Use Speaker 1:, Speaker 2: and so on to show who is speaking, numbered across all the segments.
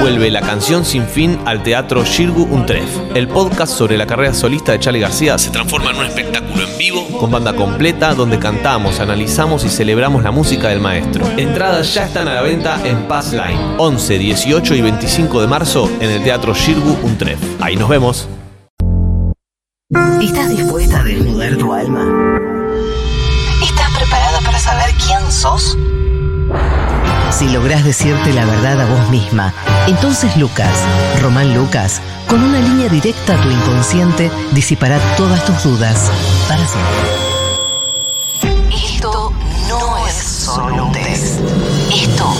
Speaker 1: vuelve la canción sin fin al teatro Shirgu Untref. El podcast sobre la carrera solista de Charlie García se transforma en un espectáculo en vivo con banda completa donde cantamos, analizamos y celebramos la música del maestro. Entradas ya están a la venta en Pass Line 11, 18 y 25 de marzo en el teatro Shirgu Untref. Ahí nos vemos.
Speaker 2: ¿Estás dispuesta a desnudar tu alma? ¿Estás preparada para saber quién sos? Si lográs decirte la verdad a vos misma, entonces Lucas, Román Lucas, con una línea directa a tu inconsciente, disipará todas tus dudas para siempre. Esto no es solo un test. Esto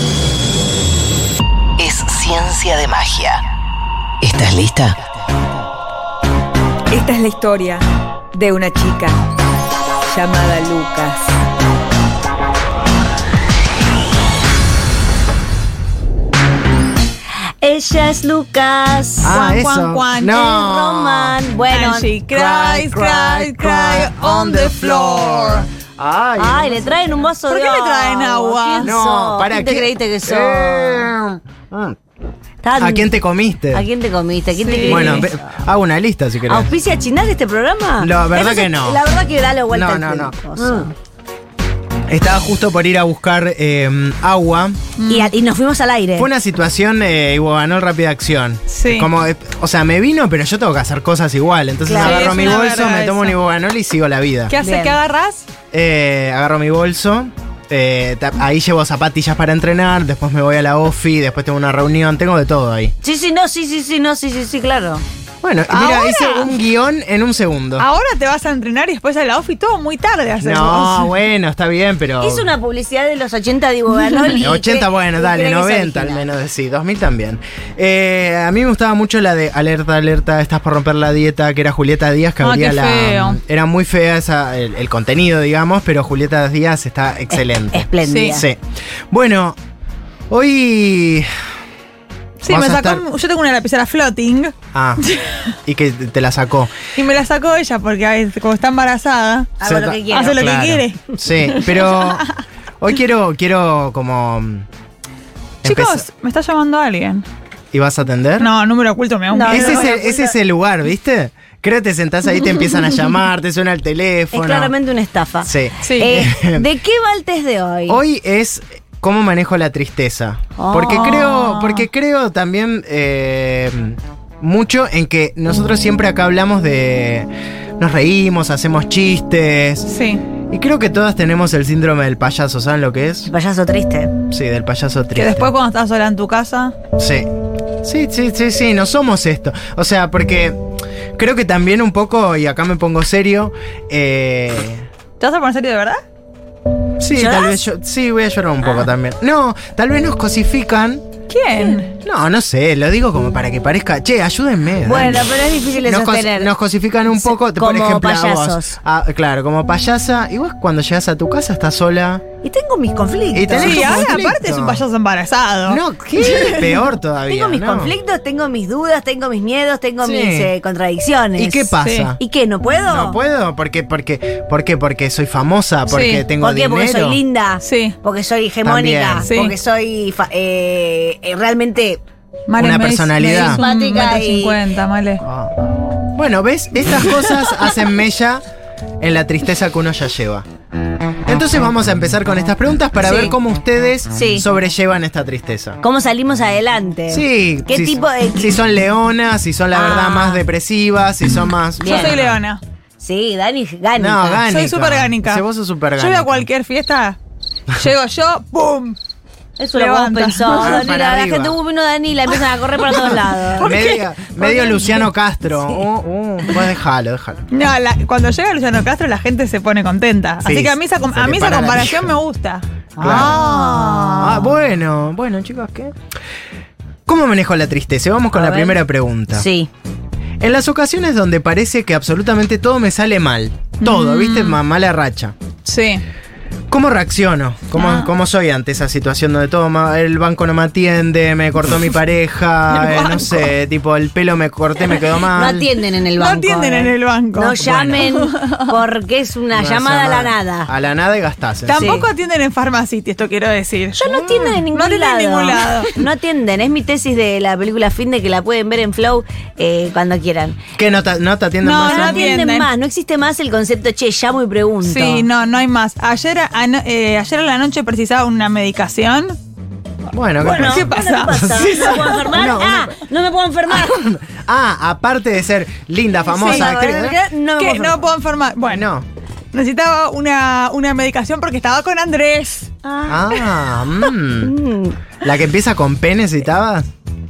Speaker 2: es ciencia de magia. ¿Estás lista?
Speaker 3: Esta es la historia de una chica llamada Lucas.
Speaker 4: Ella es Lucas.
Speaker 5: Ah,
Speaker 4: Juan,
Speaker 5: eso.
Speaker 4: Juan, Juan,
Speaker 5: No.
Speaker 4: es Roman. Bueno,
Speaker 3: And she cries, cries, cries on the floor.
Speaker 5: Ay,
Speaker 4: ay, le traen un vaso
Speaker 3: ¿Por
Speaker 4: de
Speaker 3: qué
Speaker 4: agua.
Speaker 3: le traen agua?
Speaker 4: ¿Quién
Speaker 5: no,
Speaker 4: sos?
Speaker 5: para
Speaker 4: ¿Quién te creíste que sos?
Speaker 5: Eh, ah,
Speaker 4: Tan-
Speaker 5: ¿A quién te comiste?
Speaker 4: ¿A quién te comiste? ¿A quién te
Speaker 3: Sí.
Speaker 4: creíste?
Speaker 5: Bueno, ve- hago una lista si
Speaker 3: Ah.
Speaker 5: querés.
Speaker 4: ¿Auspicia Chinal este programa?
Speaker 5: La verdad que
Speaker 4: Entonces,
Speaker 5: no.
Speaker 4: La verdad que dale vuelta
Speaker 5: No,
Speaker 4: al
Speaker 5: no, Mm. no.
Speaker 4: tema, o sea.
Speaker 5: Estaba justo por ir a buscar eh, agua.
Speaker 3: Mm.
Speaker 4: Y, a- y nos fuimos al aire.
Speaker 5: Fue una situación eh, igual, rápida acción.
Speaker 3: Sí.
Speaker 5: Como, eh, o sea, me vino, pero yo tengo que hacer cosas igual. Entonces
Speaker 3: Claro.
Speaker 5: agarro
Speaker 3: Sí,
Speaker 5: mi
Speaker 3: es una
Speaker 5: bolso,
Speaker 3: verga
Speaker 5: me tomo un
Speaker 3: eso.
Speaker 5: ibuganol y sigo la vida.
Speaker 3: ¿Qué haces?
Speaker 4: Bien.
Speaker 3: ¿Qué agarras?
Speaker 5: Eh, agarro mi bolso. eh, ta- ahí llevo zapatillas para entrenar. Después me voy a la ofi. Después tengo una reunión. Tengo de todo ahí.
Speaker 4: Sí, sí, no, sí, sí, sí, no, sí, sí, sí, claro.
Speaker 5: Bueno,
Speaker 3: ¿Ahora?
Speaker 5: mira, hice un guión en un segundo.
Speaker 3: Ahora te vas a entrenar y después a la ofi todo muy tarde hacemos.
Speaker 5: No, bueno, está bien, pero.
Speaker 4: Es una publicidad de los 80 de Iboganol. y que-
Speaker 5: 80, Oh. bueno,
Speaker 4: y
Speaker 5: dale,
Speaker 4: creen que es
Speaker 5: 90 al
Speaker 4: original.
Speaker 5: menos, de sí, 2000 también. Eh, a mí me gustaba mucho la de Alerta, Alerta, estás por romper la dieta, que era Julieta Díaz, que
Speaker 3: Ah,
Speaker 5: abría
Speaker 3: qué
Speaker 5: la.
Speaker 3: feo.
Speaker 5: Era muy fea esa, el, el contenido, digamos, pero Julieta Díaz está
Speaker 3: Eh,
Speaker 5: excelente.
Speaker 4: Espléndida.
Speaker 5: Sí. Bueno, hoy.
Speaker 3: Sí,
Speaker 5: Vas
Speaker 3: me
Speaker 5: a
Speaker 3: sacó.
Speaker 5: estar-
Speaker 3: un- Yo tengo una lapicera floating
Speaker 5: Ah, y que te la sacó.
Speaker 3: y me la sacó ella porque a veces, como está embarazada.
Speaker 4: Hago lo que quiero.
Speaker 3: Hace lo que quiere.
Speaker 5: Sí, pero. Hoy quiero, quiero como.
Speaker 3: Chicos,
Speaker 5: empezar-
Speaker 3: me está llamando alguien.
Speaker 5: ¿Y vas a atender?
Speaker 3: No, número oculto me da un
Speaker 6: Ah,
Speaker 4: No,
Speaker 3: miedo.
Speaker 5: Ese,
Speaker 4: no,
Speaker 5: es
Speaker 4: no,
Speaker 5: el,
Speaker 4: no,
Speaker 5: ese
Speaker 4: no.
Speaker 5: es el lugar, ¿viste? Creo que te sentás ahí, te empiezan a llamar, te suena el
Speaker 4: Es
Speaker 5: teléfono.
Speaker 4: claramente una estafa.
Speaker 5: Sí.
Speaker 3: Sí.
Speaker 4: Eh, ¿De qué va el test de hoy?
Speaker 5: Hoy es cómo manejo la tristeza. Porque
Speaker 4: Ah.
Speaker 5: creo, porque creo también eh, mucho en que nosotros siempre acá hablamos de. Nos reímos, hacemos chistes.
Speaker 3: Sí.
Speaker 5: Y creo que todas tenemos el síndrome del payaso, ¿saben lo que es?
Speaker 4: El Este payaso triste.
Speaker 5: Sí, del payaso triste.
Speaker 3: Que después cuando estás sola en tu casa.
Speaker 5: Sí. Sí, sí, sí, sí, no somos esto. O sea, porque creo que también un poco, y acá me pongo serio, eh,
Speaker 3: ¿Te vas a poner serio de verdad?
Speaker 5: sí,
Speaker 4: ¿Llorás?
Speaker 5: tal vez yo, sí, voy a llorar un poco también. No, tal vez nos cosifican.
Speaker 3: ¿Quién?
Speaker 5: No, no sé, lo digo como para que parezca, che, ayúdenme. dale.
Speaker 4: Bueno, pero es difícil de
Speaker 5: nos, cos-
Speaker 4: sostener.
Speaker 5: nos cosifican un
Speaker 4: Sí,
Speaker 5: poco, por
Speaker 4: como
Speaker 5: ejemplo, a vos.
Speaker 4: payasos.
Speaker 5: Ah, claro, como payasa, y vos cuando llegas a tu casa estás sola.
Speaker 4: Y tengo mis conflictos.
Speaker 5: Y tenés
Speaker 3: Sí,
Speaker 5: un
Speaker 3: ahora
Speaker 5: conflicto.
Speaker 3: aparte es un payaso embarazado.
Speaker 5: No, ¿qué? peor todavía.
Speaker 4: Tengo mis
Speaker 5: ¿no?
Speaker 4: conflictos, tengo mis dudas, tengo mis miedos, tengo
Speaker 5: Sí.
Speaker 4: mis eh, contradicciones.
Speaker 5: ¿Y qué pasa?
Speaker 3: Sí.
Speaker 4: ¿Y qué? ¿No puedo?
Speaker 5: No puedo, porque, porque, ¿por qué? Porque soy famosa, porque
Speaker 3: Sí.
Speaker 5: tengo
Speaker 4: ¿Por qué?
Speaker 5: dinero.
Speaker 4: Porque soy linda.
Speaker 3: Sí.
Speaker 4: Porque soy hegemónica.
Speaker 5: También.
Speaker 3: Sí.
Speaker 4: Porque soy fa- eh, eh, realmente.
Speaker 3: Male,
Speaker 5: Una
Speaker 3: me dice-
Speaker 5: personalidad.
Speaker 3: me dice un
Speaker 4: Simpática
Speaker 3: metro
Speaker 4: y-
Speaker 3: cincuenta, Male.
Speaker 5: Ah. Bueno, ¿ves? Estas cosas hacen mella en la tristeza que uno ya lleva. Entonces vamos a empezar con estas preguntas para
Speaker 4: Sí.
Speaker 5: ver cómo ustedes
Speaker 4: Sí.
Speaker 5: sobrellevan esta tristeza.
Speaker 4: ¿Cómo salimos adelante?
Speaker 5: Sí,
Speaker 4: ¿Qué
Speaker 5: si,
Speaker 4: tipo de.?
Speaker 5: si son leonas, si son la
Speaker 4: Ah.
Speaker 5: verdad más depresivas, si son más...
Speaker 4: Bien.
Speaker 3: Yo soy leona.
Speaker 4: Sí, Dani, gana.
Speaker 5: No, gánica.
Speaker 3: Soy súper gánica.
Speaker 5: Si vos sos súper
Speaker 3: Yo voy a cualquier fiesta, llego yo, ¡pum!
Speaker 4: Eso lo vos
Speaker 3: Levanta.
Speaker 4: pensó.
Speaker 5: Ah,
Speaker 4: Dani,
Speaker 5: para
Speaker 4: la, la
Speaker 5: arriba.
Speaker 4: gente hubo vino Dani y la empiezan a correr para todos lados.
Speaker 5: Medio, medio
Speaker 4: Porque-
Speaker 5: Luciano Castro. Uh, uh, vos dejalo, déjalo.
Speaker 3: No, la- cuando llega Luciano Castro la gente se pone contenta.
Speaker 5: Sí,
Speaker 3: Así que a mí esa, com-
Speaker 5: se
Speaker 3: a
Speaker 5: le
Speaker 3: mí esa
Speaker 5: para la
Speaker 3: comparación me
Speaker 5: hija.
Speaker 3: gusta.
Speaker 5: Ah, bueno, bueno, chicos, ¿qué? ¿Cómo manejo la tristeza? Vamos con
Speaker 4: A
Speaker 5: la
Speaker 4: ver.
Speaker 5: primera pregunta.
Speaker 4: Sí.
Speaker 5: En las ocasiones donde
Speaker 4: Mm.
Speaker 5: parece que absolutamente todo me sale mal, todo, ¿viste? Ma- Mala racha.
Speaker 3: Sí.
Speaker 5: ¿Cómo reacciono? ¿Cómo,
Speaker 4: Ah.
Speaker 5: cómo soy ante esa situación donde todo ma- el banco no me atiende, me cortó mi pareja, eh, no sé, tipo el pelo me corté, me quedó
Speaker 4: No
Speaker 5: mal?
Speaker 4: atienden en el
Speaker 6: No
Speaker 4: banco.
Speaker 6: atienden
Speaker 4: eh.
Speaker 6: en el banco.
Speaker 4: No llamen porque es una
Speaker 5: No hace
Speaker 4: llamada a la
Speaker 5: nada.
Speaker 4: nada.
Speaker 5: A la nada y gastás. ¿eh? encima.
Speaker 6: Tampoco atienden en Pharmacity, esto quiero decir.
Speaker 4: Yo no atienden en ningún,
Speaker 6: No atienden
Speaker 4: lado.
Speaker 6: en ningún lado.
Speaker 4: No atienden. Es mi tesis de la película Fin de que la pueden ver en Flow eh, cuando quieran.
Speaker 5: ¿Qué no te, no te atienden
Speaker 6: No,
Speaker 5: más?
Speaker 4: no
Speaker 6: no
Speaker 4: atienden,
Speaker 6: atienden.
Speaker 4: más. No existe más el concepto, che, llamo y pregunto.
Speaker 6: Sí, no, no hay más. Ayer a, ano- eh, ayer a la noche precisaba una medicación.
Speaker 5: Bueno, ¿qué
Speaker 4: Bueno,
Speaker 5: pasa?
Speaker 6: ¿qué
Speaker 4: bueno,
Speaker 6: pasa?
Speaker 4: ¿qué pasa?
Speaker 6: Sí,
Speaker 4: ¿No me puedo enfermar?
Speaker 5: Una- una-
Speaker 4: Ah, no me puedo enfermar.
Speaker 5: Ah, aparte de ser linda, famosa,
Speaker 4: Sí,
Speaker 5: actriz,
Speaker 4: la
Speaker 5: ¿eh?
Speaker 4: verdad, no me
Speaker 6: que
Speaker 4: puedo
Speaker 6: no puedo enfermar. Bueno,
Speaker 5: Bueno.
Speaker 6: necesitaba una, una medicación porque estaba con Andrés.
Speaker 5: Ah, mm. La que empieza con P necesitabas.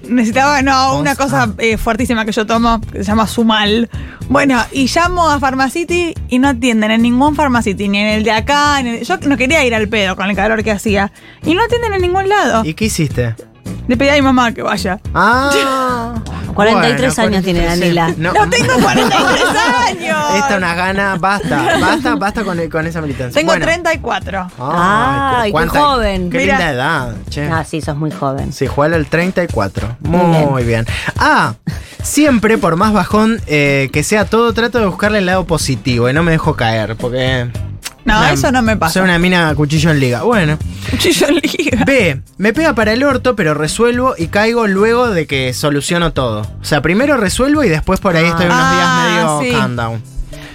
Speaker 6: Necesitaba, no, una
Speaker 5: Vamos
Speaker 6: cosa eh, fuertísima que yo tomo, que se llama Sumal. Bueno, y llamo a Pharmacity y no atienden en ningún Pharmacity, ni en el de acá. ni en el- yo no quería ir al pedo con el calor que hacía. Y no atienden en ningún lado.
Speaker 5: ¿Y qué hiciste?
Speaker 6: Le pedí a mi mamá que vaya.
Speaker 5: Ah.
Speaker 4: 43
Speaker 5: bueno,
Speaker 4: años tiene
Speaker 5: 43,
Speaker 4: Danila.
Speaker 5: sí. No, mm.
Speaker 6: ¡No tengo 43 años!
Speaker 5: Esta es una gana, basta, basta, basta con, con esa militancia.
Speaker 6: Tengo
Speaker 5: Bueno. Ah,
Speaker 6: 34.
Speaker 4: Ay, qué
Speaker 5: cuánta-
Speaker 4: joven.
Speaker 5: Qué
Speaker 6: Mira.
Speaker 5: linda edad, che.
Speaker 4: Ah, sí, sos muy joven.
Speaker 5: Se juega el 34. Muy bien. Ah, siempre, por más bajón eh, que sea todo, trato de buscarle el lado positivo y no me dejo caer, porque.
Speaker 6: No,
Speaker 5: Nah,
Speaker 6: eso no me pasa.
Speaker 5: Soy una mina cuchillo en liga. Bueno.
Speaker 6: Cuchillo en liga.
Speaker 5: B. Me pega para el orto, pero resuelvo y caigo luego de que soluciono todo. O sea, primero resuelvo y después por ahí estoy unos
Speaker 6: Ah,
Speaker 5: días medio
Speaker 6: sí.
Speaker 5: countdown.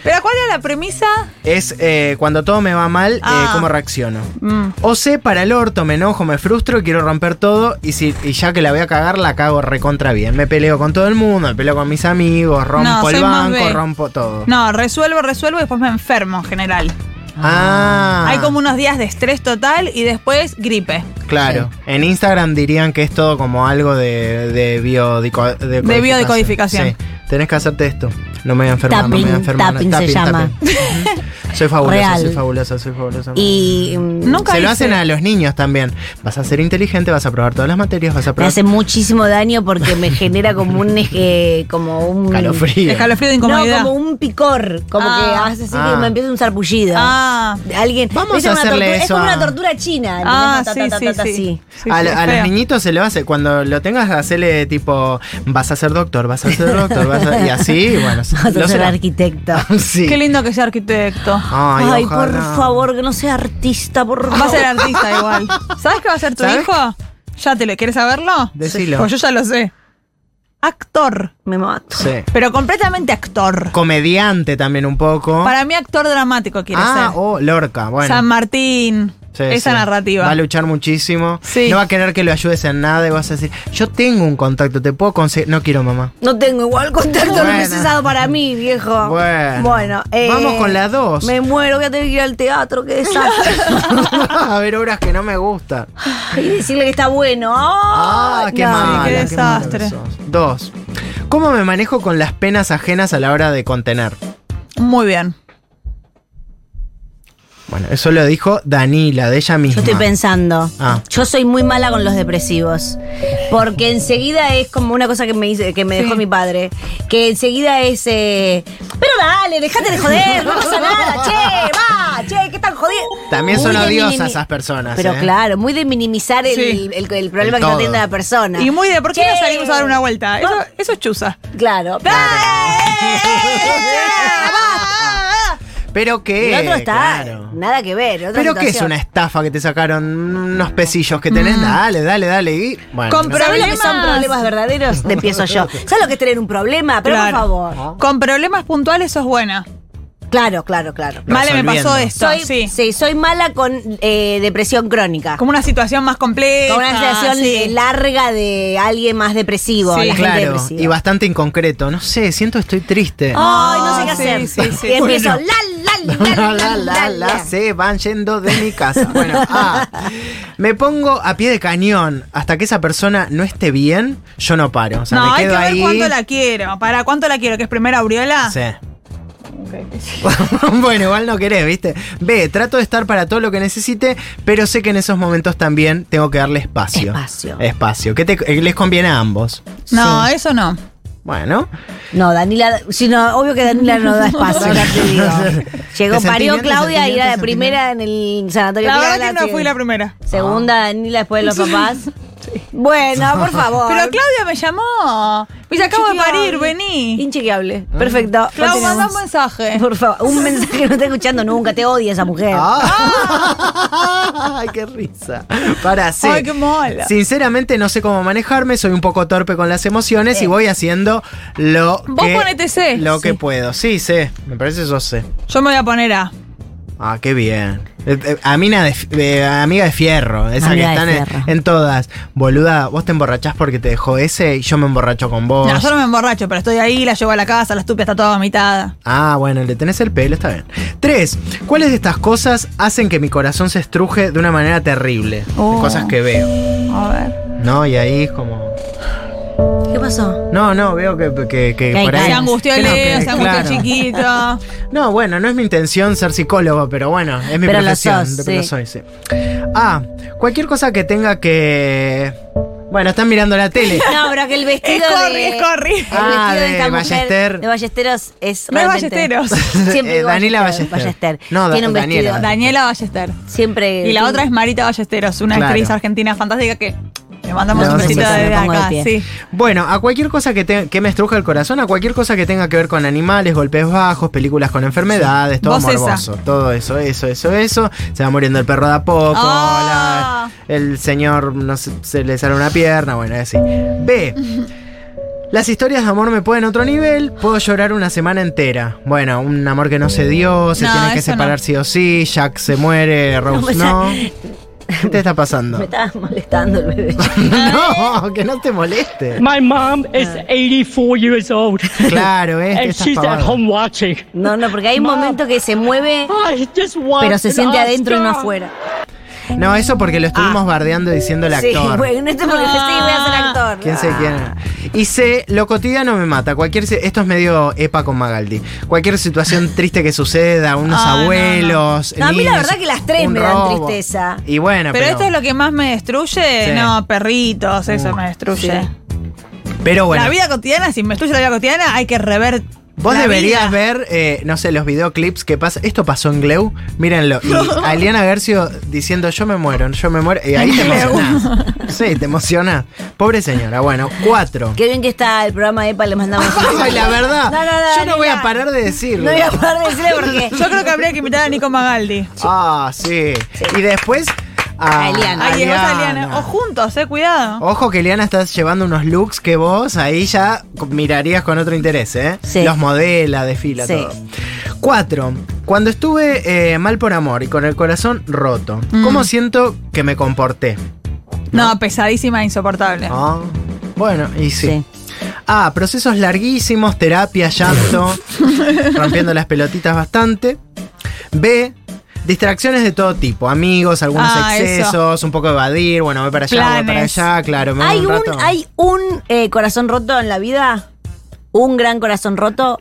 Speaker 6: Pero ¿cuál era la premisa?
Speaker 5: Es eh, cuando todo me va mal, eh,
Speaker 6: Ah.
Speaker 5: cómo reacciono.
Speaker 6: Mm.
Speaker 5: O C. Para el orto, me enojo, me frustro, quiero romper todo y, si, y ya que la voy a cagar, la cago recontra bien. Me peleo con todo el mundo, me peleo con mis amigos, rompo
Speaker 6: No,
Speaker 5: el
Speaker 6: soy más
Speaker 5: banco,
Speaker 6: B.
Speaker 5: rompo todo.
Speaker 6: No, resuelvo, resuelvo y después me enfermo en general.
Speaker 5: Ah,
Speaker 6: Hay como unos días de estrés total y después gripe.
Speaker 5: Claro. En Instagram dirían que es todo como algo de, de, biodico-
Speaker 6: De biodecodificación.
Speaker 5: Sí. Tenés que hacerte esto. No me voy a enfermar, no me voy a
Speaker 4: Tapping,
Speaker 5: enfermar.
Speaker 4: tapping se llama.
Speaker 5: Ujú. Soy fabulosa,
Speaker 4: Real.
Speaker 5: soy fabulosa, soy fabulosa.
Speaker 4: Y mm,
Speaker 6: Nunca
Speaker 5: Se lo
Speaker 6: hice.
Speaker 5: hacen a los niños también. Vas a ser inteligente, vas a probar todas las materias, vas a
Speaker 4: me
Speaker 5: probar
Speaker 4: hace muchísimo daño porque me genera como un eh, como un
Speaker 5: calofrío.
Speaker 6: Escalofrío de
Speaker 4: No,
Speaker 6: incomodidad.
Speaker 4: como un picor, como
Speaker 6: Ah.
Speaker 4: que hace así
Speaker 5: Ah.
Speaker 4: que me empieza un sarpullido.
Speaker 6: Ah,
Speaker 4: Alguien
Speaker 5: Vamos
Speaker 4: ¿viste?
Speaker 5: a
Speaker 4: Una
Speaker 5: hacerle
Speaker 4: tortura-
Speaker 5: eso
Speaker 4: Es como
Speaker 5: a-
Speaker 4: una tortura china.
Speaker 6: ah,
Speaker 4: ¿entendés?
Speaker 6: sí,
Speaker 4: Ta, ta,
Speaker 6: sí,
Speaker 4: ta, ta,
Speaker 6: sí.
Speaker 4: sí.
Speaker 6: Sí,
Speaker 5: a,
Speaker 6: sí,
Speaker 5: a los
Speaker 6: feo.
Speaker 5: niñitos se lo hace, cuando lo tengas, hacele tipo, vas a ser doctor, vas a ser doctor, vas a... Y así, bueno.
Speaker 4: Vas a
Speaker 5: lo
Speaker 4: ser
Speaker 5: será.
Speaker 4: arquitecto.
Speaker 5: sí.
Speaker 6: Qué lindo que sea arquitecto.
Speaker 5: Ay,
Speaker 4: Ay, por
Speaker 5: ojalá.
Speaker 4: favor, que no sea artista, por
Speaker 6: Va a
Speaker 4: favor.
Speaker 6: ser artista igual. ¿Sabes qué va a ser tu
Speaker 5: Ah. ¿Sabes?
Speaker 6: hijo? Ya te lo quieres saberlo.
Speaker 5: Decilo.
Speaker 6: Pues yo ya lo sé. Actor,
Speaker 4: Me mato.
Speaker 5: Sí.
Speaker 6: pero completamente actor.
Speaker 5: Comediante también un poco.
Speaker 6: Para mí actor dramático quiere
Speaker 5: ah,
Speaker 6: ser.
Speaker 5: o Lorca, bueno.
Speaker 6: San Martín.
Speaker 5: Sí,
Speaker 6: esa
Speaker 5: sí.
Speaker 6: narrativa.
Speaker 5: Va a luchar muchísimo.
Speaker 6: Sí.
Speaker 5: No va a querer que lo ayudes en nada y vas a decir, yo tengo un contacto, te puedo conseguir. No quiero mamá.
Speaker 4: No tengo igual contacto
Speaker 5: Bueno.
Speaker 4: no precisado para mí, viejo.
Speaker 5: Bueno.
Speaker 4: Bueno, eh,
Speaker 5: Vamos con la dos.
Speaker 4: Me muero, voy a tener que ir al teatro, qué desastre.
Speaker 5: a ver obras que no me gustan.
Speaker 4: y decirle que está bueno.
Speaker 5: Ah,
Speaker 4: Ay,
Speaker 5: qué
Speaker 4: no.
Speaker 5: mala,
Speaker 6: qué
Speaker 5: qué mala
Speaker 6: desastre.
Speaker 5: que sos. Dos. ¿Cómo me manejo con las penas ajenas a la hora de contener?
Speaker 6: Muy bien.
Speaker 5: Bueno, eso lo dijo Danila, de ella
Speaker 4: Yo
Speaker 5: misma.
Speaker 4: estoy pensando.
Speaker 5: Ah.
Speaker 4: Yo soy muy mala con los depresivos. Porque enseguida es como una cosa que me hizo- que me dejó
Speaker 6: Sí.
Speaker 4: mi padre. Que enseguida es. eh, Pero dale, dejate de joder, no pasa nada, che, va, che, qué tan jodido.
Speaker 5: También
Speaker 4: Muy
Speaker 5: son
Speaker 4: de
Speaker 5: odiosas
Speaker 4: minimi-
Speaker 5: esas personas.
Speaker 4: Pero
Speaker 5: ¿eh?
Speaker 4: claro, muy de minimizar el,
Speaker 6: Sí.
Speaker 4: el- el problema que
Speaker 5: El todo.
Speaker 4: no tiene la persona.
Speaker 6: Y muy de ¿por qué
Speaker 4: Che.
Speaker 6: no salimos a dar una vuelta? Eso, eso es chuza.
Speaker 4: Claro.
Speaker 6: Ah,
Speaker 5: Pero que.
Speaker 4: El otro está.
Speaker 5: Eh, claro.
Speaker 4: Nada que ver. otra
Speaker 5: Pero que es
Speaker 4: situación.
Speaker 5: una estafa que te sacaron unos pesillos que
Speaker 6: Mm.
Speaker 5: tenés. Dale, dale, dale. Y bueno.
Speaker 6: Con
Speaker 5: no-
Speaker 4: ¿Sabés lo que son
Speaker 6: Problemas.
Speaker 4: problemas verdaderos? Te empiezo yo. ¿Sabes lo que es tener un problema? Pero
Speaker 6: Claro. Ah.
Speaker 4: por favor.
Speaker 6: Con problemas puntuales sos buena.
Speaker 4: Claro, claro, claro.
Speaker 6: Vale, me
Speaker 5: Resolviendo.
Speaker 6: pasó esto.
Speaker 4: Soy,
Speaker 6: sí.
Speaker 4: sí. soy mala con eh, depresión crónica.
Speaker 6: Como una situación más compleja.
Speaker 4: Con una sensación
Speaker 6: sí.
Speaker 4: eh, larga de alguien más depresivo.
Speaker 6: Sí.
Speaker 4: la gente
Speaker 5: Claro,
Speaker 4: depresiva.
Speaker 5: y bastante inconcreto. No sé, siento que estoy triste.
Speaker 4: Ay, no sé qué
Speaker 6: Ah, sí,
Speaker 4: hacer.
Speaker 6: sí, sí.
Speaker 4: Y empiezo. La,
Speaker 5: Bueno.
Speaker 4: la,
Speaker 5: La, la, la, la, se van yendo de mi casa. Bueno, ah, me pongo a pie de cañón. Hasta que esa persona no esté bien, yo no paro. O sea,
Speaker 6: no,
Speaker 5: me
Speaker 6: hay que
Speaker 5: quedo
Speaker 6: ver
Speaker 5: ahí.
Speaker 6: cuánto la quiero. ¿Para cuánto la quiero? ¿Que es primera aureola?
Speaker 5: Sí. bueno, igual no querés, ¿viste? B, trato de estar para todo lo que necesite, pero sé que en esos momentos también tengo que darle espacio.
Speaker 4: Espacio.
Speaker 5: Espacio. Que te- eh, les conviene a ambos.
Speaker 6: No, eso no.
Speaker 5: Bueno.
Speaker 4: No, Danila, si no, obvio que Danila no da espacio, ya te digo. Llegó,
Speaker 5: ¿Te sentís
Speaker 4: parió
Speaker 5: bien? ¿Te
Speaker 4: Claudia
Speaker 5: sentís
Speaker 4: y era
Speaker 5: bien? ¿Te
Speaker 4: de
Speaker 5: sentís
Speaker 4: primera en el sanatorio
Speaker 6: La
Speaker 4: Pilar
Speaker 6: verdad que no
Speaker 4: Lazzi.
Speaker 6: fui la primera.
Speaker 4: Segunda Danila después de los papás. Bueno, por favor.
Speaker 6: Pero Claudia me llamó. Me dice, acabo de parir,
Speaker 4: Inchequeable.
Speaker 6: vení.
Speaker 4: Inchequeable. Perfecto.
Speaker 6: Clau,
Speaker 4: Continuamos.
Speaker 6: manda un mensaje.
Speaker 4: Por favor, un mensaje que no está escuchando nunca. Te odia esa mujer.
Speaker 5: ¡Ah! ¡Ay, qué risa! Para sí.
Speaker 6: Ay, qué mala.
Speaker 5: Sinceramente no sé cómo manejarme, soy un poco torpe con las emociones y voy haciendo lo
Speaker 6: Vos
Speaker 5: que
Speaker 6: ponete C.
Speaker 5: lo que
Speaker 6: Sí.
Speaker 5: puedo. Sí, sé. Me parece yo sé.
Speaker 6: Yo me voy a poner A.
Speaker 5: Ah, qué bien. Eh, eh, Amina de, fi- eh, amiga de fierro, esa
Speaker 4: Amiga
Speaker 5: que están
Speaker 4: de
Speaker 5: en,
Speaker 4: fierro.
Speaker 5: en todas. Boluda, vos te emborrachás porque te dejó ese y yo me emborracho con vos.
Speaker 6: No, yo no me emborracho, pero estoy ahí, la llevo a la casa, la estupia está toda vomitada.
Speaker 5: Ah, bueno, le tenés el pelo, está bien. Tres, ¿cuáles de estas cosas hacen que mi corazón se estruje de una manera terrible?
Speaker 6: Oh.
Speaker 5: Cosas que veo.
Speaker 6: A ver.
Speaker 5: No, y ahí es como.
Speaker 4: ¿Qué pasó?
Speaker 5: No, no, veo que, que, que
Speaker 4: Que hay
Speaker 5: por ahí.
Speaker 6: Se angustió
Speaker 5: que no,
Speaker 6: Leo,
Speaker 5: que-
Speaker 6: se angustió
Speaker 5: claro.
Speaker 6: chiquito.
Speaker 5: No, bueno, no es mi intención ser psicólogo, pero bueno, es mi
Speaker 4: Pero lo
Speaker 5: profesión.
Speaker 4: sos,
Speaker 5: pero lo
Speaker 4: sí.
Speaker 5: soy, sí. Ah, cualquier cosa que tenga que. Bueno, están mirando la tele.
Speaker 4: No, pero que el vestido
Speaker 6: Es Corri,
Speaker 4: de...
Speaker 6: es Corri.
Speaker 4: El
Speaker 5: Ah,
Speaker 4: vestido de,
Speaker 5: de
Speaker 4: esta mujer,
Speaker 5: Ballester.
Speaker 4: de Ballesteros es
Speaker 6: No es
Speaker 4: realmente-
Speaker 6: Ballesteros.
Speaker 4: Siempre
Speaker 5: Eh,
Speaker 4: digo
Speaker 5: Daniela Ballester.
Speaker 4: Ballester.
Speaker 5: No,
Speaker 4: Tiene un
Speaker 5: Da- Daniela
Speaker 4: vestido.
Speaker 5: Ballester.
Speaker 6: Daniela Ballester.
Speaker 4: Siempre.
Speaker 6: Y la otra es Marita Ballesteros, una
Speaker 5: Claro.
Speaker 6: actriz argentina fantástica que le mandamos
Speaker 5: Le
Speaker 6: un
Speaker 5: mandamos
Speaker 6: besito
Speaker 5: un beso,
Speaker 6: desde
Speaker 4: me pongo de
Speaker 6: acá.
Speaker 4: pie.
Speaker 6: sí.
Speaker 5: Bueno, a cualquier cosa que, te- que me estruja el corazón, a cualquier cosa que tenga que ver con animales, golpes bajos, películas con enfermedades, todo
Speaker 6: Vos esa.
Speaker 5: morboso. Todo eso, eso, eso, eso. Se va muriendo el perro de a poco.
Speaker 6: Ah.
Speaker 5: la- el señor no sé, se le sale una pierna, bueno, así. B. Las historias de amor me ponen a otro nivel. Puedo llorar una semana entera. Bueno, un amor que no se dio, se
Speaker 6: No,
Speaker 5: tienen que
Speaker 6: eso no. pues
Speaker 5: separar sí o sí. Jack se muere, Rose no.
Speaker 4: No,
Speaker 5: ¿Qué te está pasando?
Speaker 4: Me estaba molestando el bebé.
Speaker 5: no, que no te moleste.
Speaker 7: My mom is 84 years old,
Speaker 5: Claro, eh.
Speaker 7: and she's at home watching.
Speaker 4: No, no, porque hay un momento que se mueve,
Speaker 7: I just want
Speaker 4: pero se
Speaker 7: an
Speaker 4: siente adentro y no
Speaker 7: Oscar.
Speaker 4: afuera.
Speaker 5: No, eso porque lo estuvimos bardeando diciendo el
Speaker 4: Ah. Sí,
Speaker 5: actor.
Speaker 4: bueno, esto es porque sí voy a ser actor. Ah.
Speaker 5: ¿Quién sé quién? Y C, lo cotidiano me mata. Cualquier, si- esto es medio epa con Magaldi. Cualquier situación triste que suceda, unos
Speaker 6: Ah, no, no.
Speaker 5: abuelos.
Speaker 4: No, a mí la
Speaker 5: niños,
Speaker 4: verdad que las tres
Speaker 5: un
Speaker 4: me dan
Speaker 5: robo.
Speaker 4: tristeza.
Speaker 5: Y bueno,
Speaker 6: Pero
Speaker 5: pero,
Speaker 6: esto es lo que más me destruye.
Speaker 5: Ah, Sí.
Speaker 6: No, perritos, eso me destruye.
Speaker 4: sí.
Speaker 5: pero bueno.
Speaker 6: La vida cotidiana, si me destruye la vida cotidiana, hay que rever.
Speaker 5: Vos
Speaker 6: la
Speaker 5: deberías
Speaker 6: vida.
Speaker 5: ver, eh, no sé, los videoclips que pasa. Esto pasó en Gleu, mírenlo. Y a Eliana Garcio diciendo yo me muero, yo me muero. Y ahí te emocionás. Sí, te emocionás. Pobre señora. Bueno, cuatro.
Speaker 4: Qué bien que está el programa de EPA, le mandamos un
Speaker 5: Ay, la verdad.
Speaker 4: No, no, no,
Speaker 5: yo no voy a
Speaker 4: Daniela.
Speaker 5: parar de decirlo.
Speaker 4: No voy a poder decirle porque.
Speaker 6: Yo creo que habría que invitar a Nico Magaldi.
Speaker 5: Ah, sí. Y después a,
Speaker 4: A Eliana.
Speaker 5: a
Speaker 6: Ay, es
Speaker 5: Eliana.
Speaker 6: O juntos, eh, cuidado.
Speaker 5: Ojo que Eliana estás llevando unos looks que vos ahí ya mirarías con otro interés, ¿eh?
Speaker 4: Sí.
Speaker 5: Los modela, desfila,
Speaker 4: Sí.
Speaker 5: todo. Cuatro. Cuando estuve eh, mal por amor y con el corazón roto,
Speaker 4: Mm.
Speaker 5: ¿cómo siento que me comporté?
Speaker 6: No, pesadísima, insoportable.
Speaker 5: Ah, Bueno, y sí.
Speaker 4: Sí.
Speaker 5: Ah, procesos larguísimos, terapia, llanto, rompiendo las pelotitas bastante. B, distracciones de todo tipo, amigos, algunos
Speaker 6: Ah, eso.
Speaker 5: excesos, un poco evadir, bueno, voy para allá, voy para
Speaker 6: Planes.
Speaker 5: allá, claro, me voy
Speaker 4: Hay
Speaker 5: un
Speaker 4: un,
Speaker 5: rato.
Speaker 4: hay un eh, corazón roto en la vida, un gran corazón roto,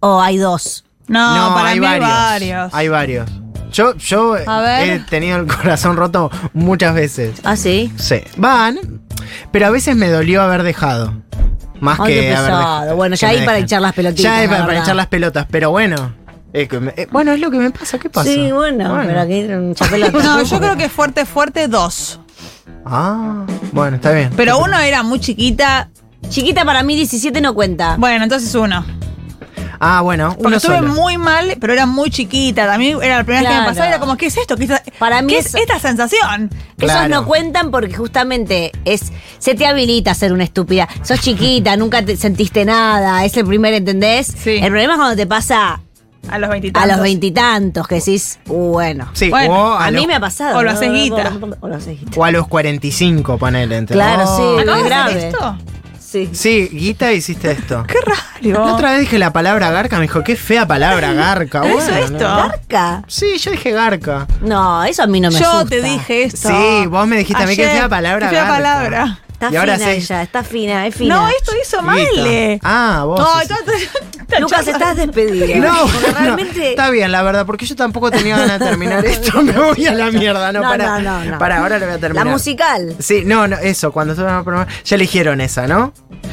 Speaker 4: o hay dos.
Speaker 6: No, para
Speaker 5: hay
Speaker 6: mí hay
Speaker 5: varios,
Speaker 6: varios.
Speaker 5: Hay varios. Yo, yo
Speaker 6: A ver.
Speaker 5: he tenido el corazón roto muchas veces.
Speaker 4: Ah, sí.
Speaker 5: Sí. Van, pero a veces me dolió haber dejado. Más
Speaker 4: Ay,
Speaker 5: que
Speaker 4: qué
Speaker 5: haber
Speaker 4: pesado.
Speaker 5: dejado-
Speaker 4: Bueno,
Speaker 5: que
Speaker 4: ya
Speaker 5: me
Speaker 4: hay para
Speaker 5: dejen.
Speaker 4: echar las pelotitas,
Speaker 5: Ya hay
Speaker 4: la
Speaker 5: para, para
Speaker 4: verdad.
Speaker 5: echar las pelotas, pero bueno. Eh, que me- eh, bueno, es lo que me pasa. ¿Qué pasa?
Speaker 4: Sí, bueno, pero aquí un chapelota.
Speaker 6: No, yo creo que fuerte, fuerte, dos.
Speaker 5: Ah, bueno, está bien.
Speaker 6: Pero uno era muy chiquita.
Speaker 4: Chiquita para mí 17 no cuenta.
Speaker 6: Bueno, entonces uno.
Speaker 5: Ah, bueno,
Speaker 6: Porque
Speaker 5: uno
Speaker 6: estuve
Speaker 5: solo.
Speaker 6: muy mal, pero era muy chiquita. También era la primera vez que me
Speaker 4: Claro.
Speaker 6: pasaba. Era como, ¿qué es esto? ¿Qué, es-
Speaker 4: Para mí
Speaker 6: qué es
Speaker 4: eso-
Speaker 6: esta sensación?
Speaker 5: Claro.
Speaker 4: Esos no cuentan porque justamente es se te habilita a ser una estúpida. Sos chiquita, nunca te sentiste nada, es el primer, ¿entendés?
Speaker 6: Sí.
Speaker 4: El problema es cuando te pasa
Speaker 6: A los
Speaker 4: a
Speaker 6: veintitantos.
Speaker 4: los veintitantos que decís, "Uh, bueno.
Speaker 5: Sí,
Speaker 6: Bueno,
Speaker 5: o a,
Speaker 4: A mí
Speaker 5: los,
Speaker 4: me ha pasado.
Speaker 6: o lo haces guita.
Speaker 4: O lo haces guita.
Speaker 5: o a los 45, ponele. ¿entendés? Oh.
Speaker 4: Claro, sí.
Speaker 6: ¿Acabas de
Speaker 4: Grave.
Speaker 6: hacer esto?
Speaker 4: Sí.
Speaker 5: Sí, Guita, hiciste esto.
Speaker 6: Qué raro.
Speaker 5: La otra vez dije la palabra garca, me dijo, qué fea palabra garca.
Speaker 6: ¿Pero
Speaker 5: bueno,
Speaker 6: hizo
Speaker 5: ¿no?
Speaker 6: esto?
Speaker 4: ¿Garca?
Speaker 5: Sí, yo dije garca.
Speaker 4: No, eso a mí no me
Speaker 6: Yo
Speaker 4: asusta.
Speaker 6: te dije esto.
Speaker 5: Sí, vos me dijiste a mí que
Speaker 6: Ayer,
Speaker 5: fea palabra
Speaker 6: Qué fea
Speaker 5: garca.
Speaker 6: palabra.
Speaker 4: Está
Speaker 5: Y
Speaker 4: fina
Speaker 5: ahora sí.
Speaker 4: ella, está fina, es fina.
Speaker 6: No, esto hizo mal.
Speaker 5: Guita. Ah, vos.
Speaker 6: No,
Speaker 5: hiciste-
Speaker 6: entonces-
Speaker 4: Lucas, estás despedida.
Speaker 5: No,
Speaker 4: Porque
Speaker 5: no,
Speaker 4: realmente.
Speaker 5: está bien, la verdad, porque yo tampoco tenía ganas de terminar esto. Me voy a la mierda, no,
Speaker 4: No,
Speaker 5: para.
Speaker 4: no, no, no.
Speaker 5: Para, ahora lo voy a terminar.
Speaker 4: la musical.
Speaker 5: Sí, no, no, eso, cuando estuvimos en el programa, ya eligieron esa, ¿no?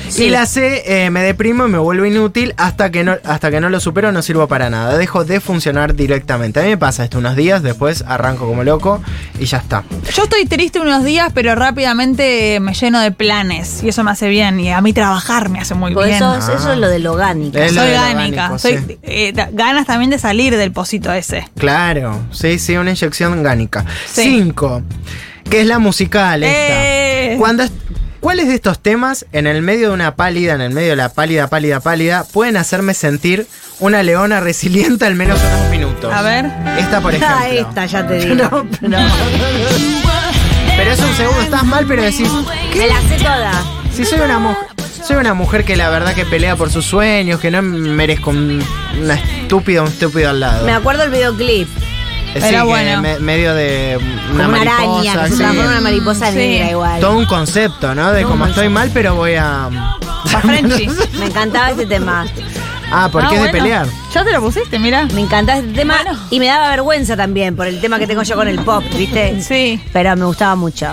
Speaker 4: Sí.
Speaker 5: Y la C eh, me deprimo y me vuelvo inútil hasta que, no, hasta que no lo supero, no sirvo para nada. Dejo de funcionar directamente. A mí me pasa esto unos días, después arranco como loco y ya está.
Speaker 6: Yo estoy triste unos días, pero rápidamente me lleno de planes y eso me hace bien y a mí trabajar me hace muy
Speaker 4: Por
Speaker 6: bien. Eh,
Speaker 4: eso, eso es lo del orgánico.
Speaker 5: Es lo
Speaker 6: soy
Speaker 5: del
Speaker 6: orgánica,
Speaker 5: orgánico,
Speaker 6: soy,
Speaker 5: sí.
Speaker 6: eh, da- ganas también de salir del pocito ese.
Speaker 5: Claro, sí, sí, una inyección orgánica.
Speaker 6: Sí.
Speaker 5: Cinco, que es la musical esta.
Speaker 6: Eh.
Speaker 5: Cuando es- ¿Cuáles de estos temas, en el medio de una pálida, en el medio de la pálida, pálida, pálida, pueden hacerme sentir una leona resiliente al menos unos minutos?
Speaker 6: A ver.
Speaker 5: Esta, por ejemplo.
Speaker 4: Ah, esta, ya te digo.
Speaker 5: No, pero, pero es un segundo, estás mal, pero decís,
Speaker 4: Me la sé toda.
Speaker 5: si soy una mujer, soy una mujer que la verdad que pelea por sus sueños, que no merezco un, una estúpida, un estúpido al lado. Eh,
Speaker 4: Me acuerdo el videoclip.
Speaker 5: Sí,
Speaker 6: Era
Speaker 5: que
Speaker 6: bueno.
Speaker 5: me- medio de
Speaker 4: Una,
Speaker 5: una,
Speaker 4: una araña
Speaker 5: mariposa,
Speaker 4: que se
Speaker 5: sí.
Speaker 4: transforma en una mariposa
Speaker 6: Sí.
Speaker 4: negra igual.
Speaker 5: Todo un concepto, ¿no? De como estoy mal, pero voy a...
Speaker 6: Pa' Frenchy.
Speaker 4: Me encantaba este tema.
Speaker 5: Ah, porque
Speaker 6: Ah,
Speaker 5: es de
Speaker 6: bueno.
Speaker 5: pelear. Mm.
Speaker 6: Ya te lo pusiste, mira.
Speaker 4: Me encantaba este tema. Y me daba vergüenza también por el tema que tengo yo con el pop, ¿viste?
Speaker 6: Sí.
Speaker 4: Pero me gustaba mucho.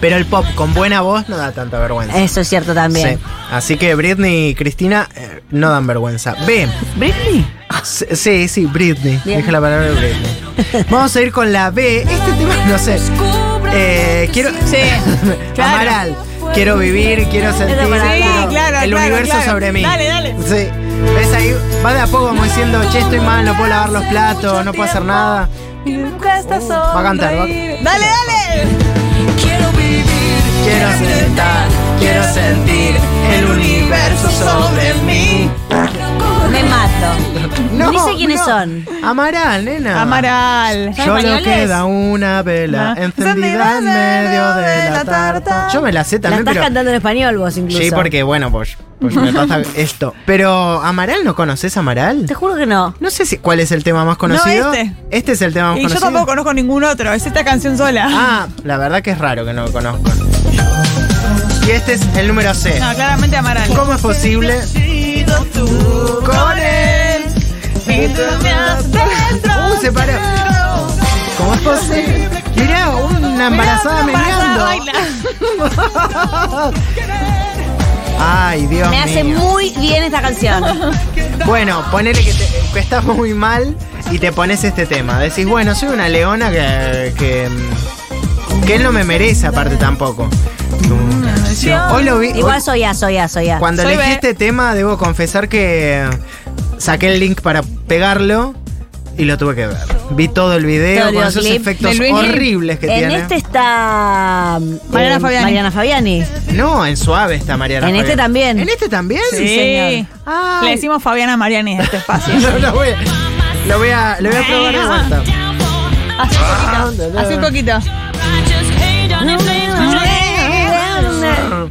Speaker 5: Pero el pop con buena voz no da tanta vergüenza.
Speaker 4: Eso es cierto también.
Speaker 5: Sí. Así que Britney y Cristina eh, no dan vergüenza. B.
Speaker 6: ¿Britney?
Speaker 5: S- Sí, sí, Britney.
Speaker 4: Bien.
Speaker 5: Dije la palabra Britney. Vamos a ir con la B. Este tema, no sé. Eh, quiero.
Speaker 6: Sí, claro.
Speaker 5: Amaral. Quiero vivir, quiero sentir.
Speaker 4: para
Speaker 5: quiero
Speaker 6: Sí, claro,
Speaker 5: El
Speaker 6: claro,
Speaker 5: universo
Speaker 6: claro.
Speaker 5: sobre mí.
Speaker 6: Dale, dale.
Speaker 5: Sí. ¿Ves ahí? Va de a poco como diciendo, che, estoy mal, no puedo lavar los platos, no puedo hacer nada. Uh,
Speaker 6: Nunca estás solo.
Speaker 5: va a cantar, va a-
Speaker 6: Dale, dale.
Speaker 5: Quiero sentar, quiero sentir el universo sobre mí.
Speaker 4: Me mato. Ni sé quiénes son.
Speaker 5: Amaral, nena.
Speaker 6: Amaral.
Speaker 4: ¿Son
Speaker 5: Solo
Speaker 4: españoles?
Speaker 5: queda una vela
Speaker 6: Ah.
Speaker 5: encendida en medio de la tarta. Yo me la sé
Speaker 4: La
Speaker 5: también,
Speaker 4: estás
Speaker 5: pero.
Speaker 4: cantando en español vos incluso.
Speaker 5: Sí, porque bueno, pues, pues me pasa esto. Pero Amaral, ¿no conoces Amaral?
Speaker 4: Te juro que no.
Speaker 5: No sé si cuál es el tema más conocido.
Speaker 6: este.
Speaker 5: Este es el tema más
Speaker 6: Y yo
Speaker 5: conocido.
Speaker 6: tampoco conozco ningún otro. Es esta canción sola.
Speaker 5: Ah, la verdad que es raro que no lo conozco. Y este es el número C.
Speaker 6: No, claramente Amaral.
Speaker 5: ¿Cómo es posible? Con él. Uh, se paró. ¿Cómo es posible? Mirá, una embarazada meneando.
Speaker 6: Baila.
Speaker 5: Ay, Dios
Speaker 4: Me hace
Speaker 5: mío.
Speaker 4: muy bien esta canción.
Speaker 5: Bueno, ponele que, te- que estás muy mal y te pones este tema. Decís, bueno, soy una leona que. que, que él no me merece, aparte tampoco. Hoy lo vi.
Speaker 4: Igual soy A, soy A, soy A.
Speaker 5: Cuando
Speaker 6: Soy
Speaker 5: elegí
Speaker 6: B.
Speaker 5: este tema, debo confesar que saqué el link para pegarlo y lo tuve que ver. Vi todo el video
Speaker 4: Todo el
Speaker 5: con esos
Speaker 4: videoclip
Speaker 5: efectos
Speaker 6: de Luis Miguel.
Speaker 5: horribles que
Speaker 4: en
Speaker 5: tiene.
Speaker 4: este está mm,
Speaker 6: Mariana Fabiani.
Speaker 4: Mariana Fabiani.
Speaker 5: No, en suave está Mariana.
Speaker 4: En este
Speaker 5: Fabián.
Speaker 4: también.
Speaker 5: ¿En este también?
Speaker 6: Sí.
Speaker 5: Ay.
Speaker 6: Le decimos Fabiana Mariani, este es fácil.
Speaker 5: No, lo voy a, lo voy a, lo voy a probar de vuelta.
Speaker 6: Hace un poquito. Hace un poquito.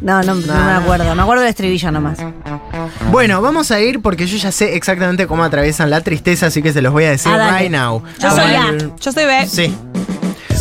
Speaker 4: No, no, no me acuerdo. Me acuerdo del estribillo nomás.
Speaker 5: Bueno, vamos a ir porque yo ya sé exactamente cómo atraviesan la tristeza, así que se los voy a decir
Speaker 4: Ah, dale.
Speaker 5: right now.
Speaker 4: Yo
Speaker 5: Ah,
Speaker 4: soy
Speaker 5: bueno. eh,
Speaker 6: Yo soy B.
Speaker 5: Sí.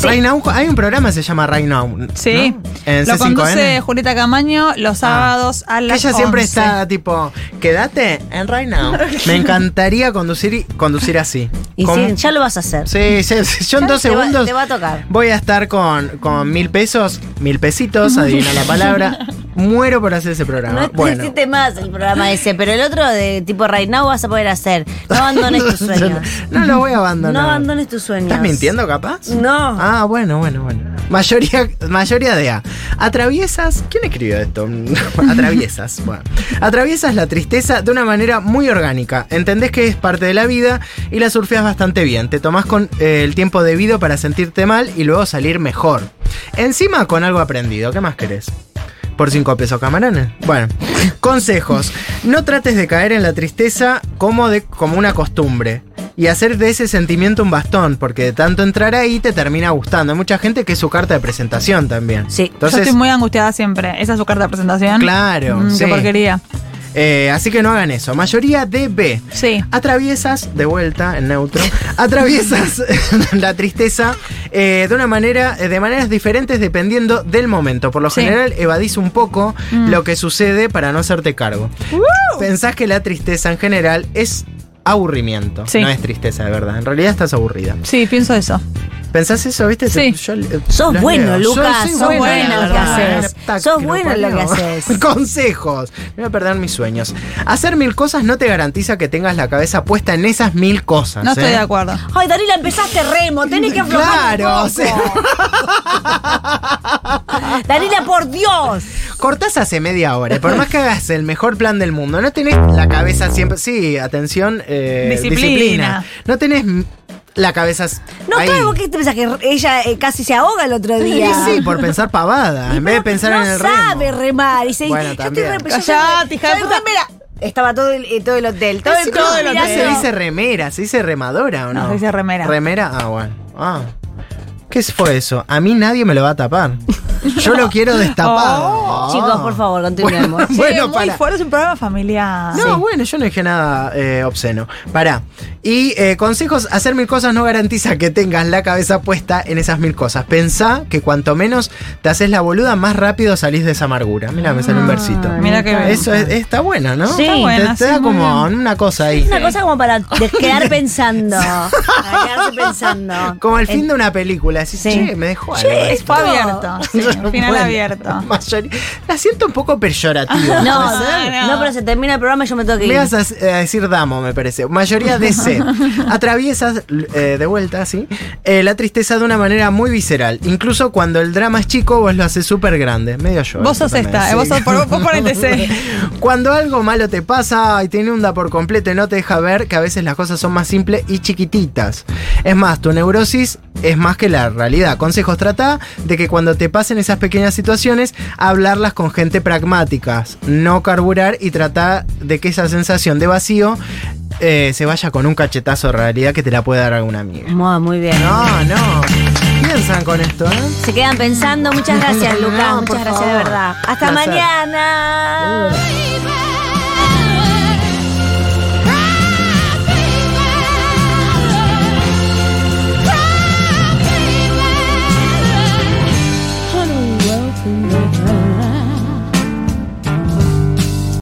Speaker 5: Right now, hay un programa que se llama Right Now.
Speaker 6: Sí.
Speaker 5: ¿no? En
Speaker 6: Lo
Speaker 5: C5N.
Speaker 6: conduce Julieta Camaño los sábados a
Speaker 5: Ah. Que
Speaker 6: las
Speaker 5: ella siempre
Speaker 6: 11.
Speaker 5: está tipo, quédate en right now. Me encantaría conducir y- conducir así.
Speaker 4: Y
Speaker 5: Con-
Speaker 4: sí, ya lo vas a hacer.
Speaker 5: sí, sí, sí, yo en
Speaker 4: Ya
Speaker 5: dos
Speaker 4: te va-
Speaker 5: segundos
Speaker 4: te va a tocar.
Speaker 5: voy a estar con, con mil pesos, mil pesitos, adivina la palabra. Muero por hacer ese programa.
Speaker 4: No
Speaker 5: Ah, bueno.
Speaker 4: existe más el programa ese, pero el otro de tipo Right Now vas a poder hacer. No abandones tus sueños.
Speaker 5: No lo voy a abandonar.
Speaker 4: No abandones tus sueños.
Speaker 5: ¿Estás mintiendo capaz?
Speaker 4: No.
Speaker 5: Ah, bueno, bueno, bueno. Mayoría, mayoría de A. Atraviesas. ¿Quién escribió esto? Atraviesas. Bueno. Atraviesas la tristeza de una manera muy orgánica. Entendés que es parte de la vida y la surfeas bastante bien. Te tomás con eh, el tiempo debido para sentirte mal y luego salir mejor. Encima con algo aprendido. ¿Qué más querés? Por 5 pesos, camarones. Bueno, consejos. No trates de caer en la tristeza como, de, como una costumbre. Y hacer de ese sentimiento un bastón, porque de tanto entrar ahí te termina gustando. Hay mucha gente que es su carta de presentación también.
Speaker 4: Sí, yo
Speaker 5: Entonces,
Speaker 6: Yo estoy muy angustiada siempre. Esa es su carta de presentación.
Speaker 5: Claro,
Speaker 6: Mm,
Speaker 5: sí.
Speaker 6: Qué porquería.
Speaker 5: eh, así que no hagan eso. Mayoría de B.
Speaker 6: Sí.
Speaker 5: Atraviesas, de vuelta, en neutro, atraviesas la tristeza eh, de una manera, eh, de maneras diferentes dependiendo del momento. Por lo
Speaker 6: Sí. Mm.
Speaker 5: general evadís un poco lo que sucede para no hacerte cargo. Pensás que la tristeza en general es aburrimiento.
Speaker 6: Sí.
Speaker 5: No es tristeza de verdad. En realidad estás aburrida.
Speaker 6: Sí, pienso eso.
Speaker 5: ¿Pensás eso, viste?
Speaker 6: Sí.
Speaker 5: Yo, eh,
Speaker 4: Sos
Speaker 5: los
Speaker 4: bueno,
Speaker 5: leo.
Speaker 4: Lucas,
Speaker 5: Yo soy
Speaker 4: sos bueno en lo que
Speaker 5: la verdad.
Speaker 4: haces.
Speaker 5: Ah,
Speaker 4: Sos bueno en lo que
Speaker 5: táctilo,
Speaker 4: haces.
Speaker 5: paleo. Consejos. Me voy a perder mis sueños. Hacer mil cosas no te garantiza que tengas la cabeza puesta en esas mil cosas.
Speaker 6: No estoy
Speaker 5: ¿eh?
Speaker 6: de acuerdo.
Speaker 4: Ay, Darila, empezaste remo, tenés que aflojar
Speaker 5: Claro,
Speaker 4: un
Speaker 5: sí.
Speaker 4: poco. Darila, por Dios.
Speaker 5: Cortás hace media hora. y Por más que hagas el mejor plan del mundo, no tenés la cabeza siempre. Sí, atención, eh,
Speaker 6: Disciplina.
Speaker 5: disciplina. No tenés m- la cabeza. s-
Speaker 4: No,
Speaker 5: ahí.
Speaker 4: claro, vos que te pensás que ella eh, casi se ahoga el otro
Speaker 5: Y
Speaker 4: día.
Speaker 5: sí, por pensar pavada.
Speaker 4: Y
Speaker 5: en vez de
Speaker 4: pero
Speaker 5: pensar
Speaker 4: no
Speaker 5: en el
Speaker 4: sabe
Speaker 5: remo.
Speaker 4: remar. Y se
Speaker 5: Bueno,
Speaker 4: yo
Speaker 5: también.
Speaker 4: estoy re- yo
Speaker 6: Callate,
Speaker 4: estoy-
Speaker 6: hija de
Speaker 4: yo
Speaker 6: puta.
Speaker 4: estoy- mira, Estaba todo el, eh, todo el hotel. Todo el,
Speaker 6: todo el
Speaker 5: No se
Speaker 6: Pero-
Speaker 5: dice remera, se dice remadora o no.
Speaker 6: No, se dice remera.
Speaker 5: Remera, ah, bueno. Ah. ¿Qué fue eso? A mí nadie me lo va a tapar. Yo lo quiero destapar. Ah.
Speaker 6: Oh.
Speaker 4: Chicos, por favor, continuemos.
Speaker 5: Bueno,
Speaker 6: Sí,
Speaker 5: bueno,
Speaker 6: muy
Speaker 5: para.
Speaker 6: fuerte, es un programa familiar.
Speaker 5: No, bueno, yo no dije nada eh, obsceno. Pará. Y eh, consejos, hacer mil cosas no garantiza que tengas la cabeza puesta en esas mil cosas. Pensá que cuanto menos te haces la boluda, más rápido salís de esa amargura. Mira, me sale un versito.
Speaker 6: Mira que bien.
Speaker 5: Eso es- está buena, ¿no?
Speaker 6: Ah.
Speaker 5: Te-
Speaker 6: Sí. Está buena,
Speaker 5: te, da
Speaker 6: sí, muy
Speaker 5: como una cosa ahí.
Speaker 4: Una cosa como para de- quedar pensando. Para quedarse pensando.
Speaker 5: Como el fin
Speaker 4: En-
Speaker 5: de una película. Decís,
Speaker 4: Sí.
Speaker 5: che, me dejó algo.
Speaker 6: Es- Fue abierto. sí,
Speaker 5: Bueno,
Speaker 6: final abierto.
Speaker 5: mayoría- la siento un poco peyorativa.
Speaker 4: No,
Speaker 6: No,
Speaker 4: no,
Speaker 6: Ah, no.
Speaker 4: no, pero se termina el programa y yo me tengo que
Speaker 5: Me
Speaker 4: ir.
Speaker 5: vas a, a decir damo, me parece. Mayoría DC. Atraviesas eh, de vuelta, sí, eh, la tristeza de una manera muy visceral. Incluso cuando el drama es chico, vos lo haces súper grande. Medio yo.
Speaker 6: Vos sos esta, eh, vos sos- por- vos ponete C.
Speaker 5: Cuando algo malo te pasa y te inunda por completo y no te deja ver que a veces las cosas son más simples y chiquititas. Es más, tu neurosis es más que la realidad. Consejos, trata de que cuando te pasen esas pequeñas situaciones, hablarlas con gente pragmáticas, no carburar y trata de que esa sensación de vacío eh, se vaya con un cachetazo de realidad que te la puede dar alguna amiga.
Speaker 4: Muy, muy bien.
Speaker 5: No, no. Piensan con esto, ¿eh?
Speaker 4: Se quedan pensando. Muchas gracias, Lucas.
Speaker 5: No, por
Speaker 4: Muchas gracias, de
Speaker 5: favor.
Speaker 4: verdad. Hasta
Speaker 5: Placer.
Speaker 4: mañana.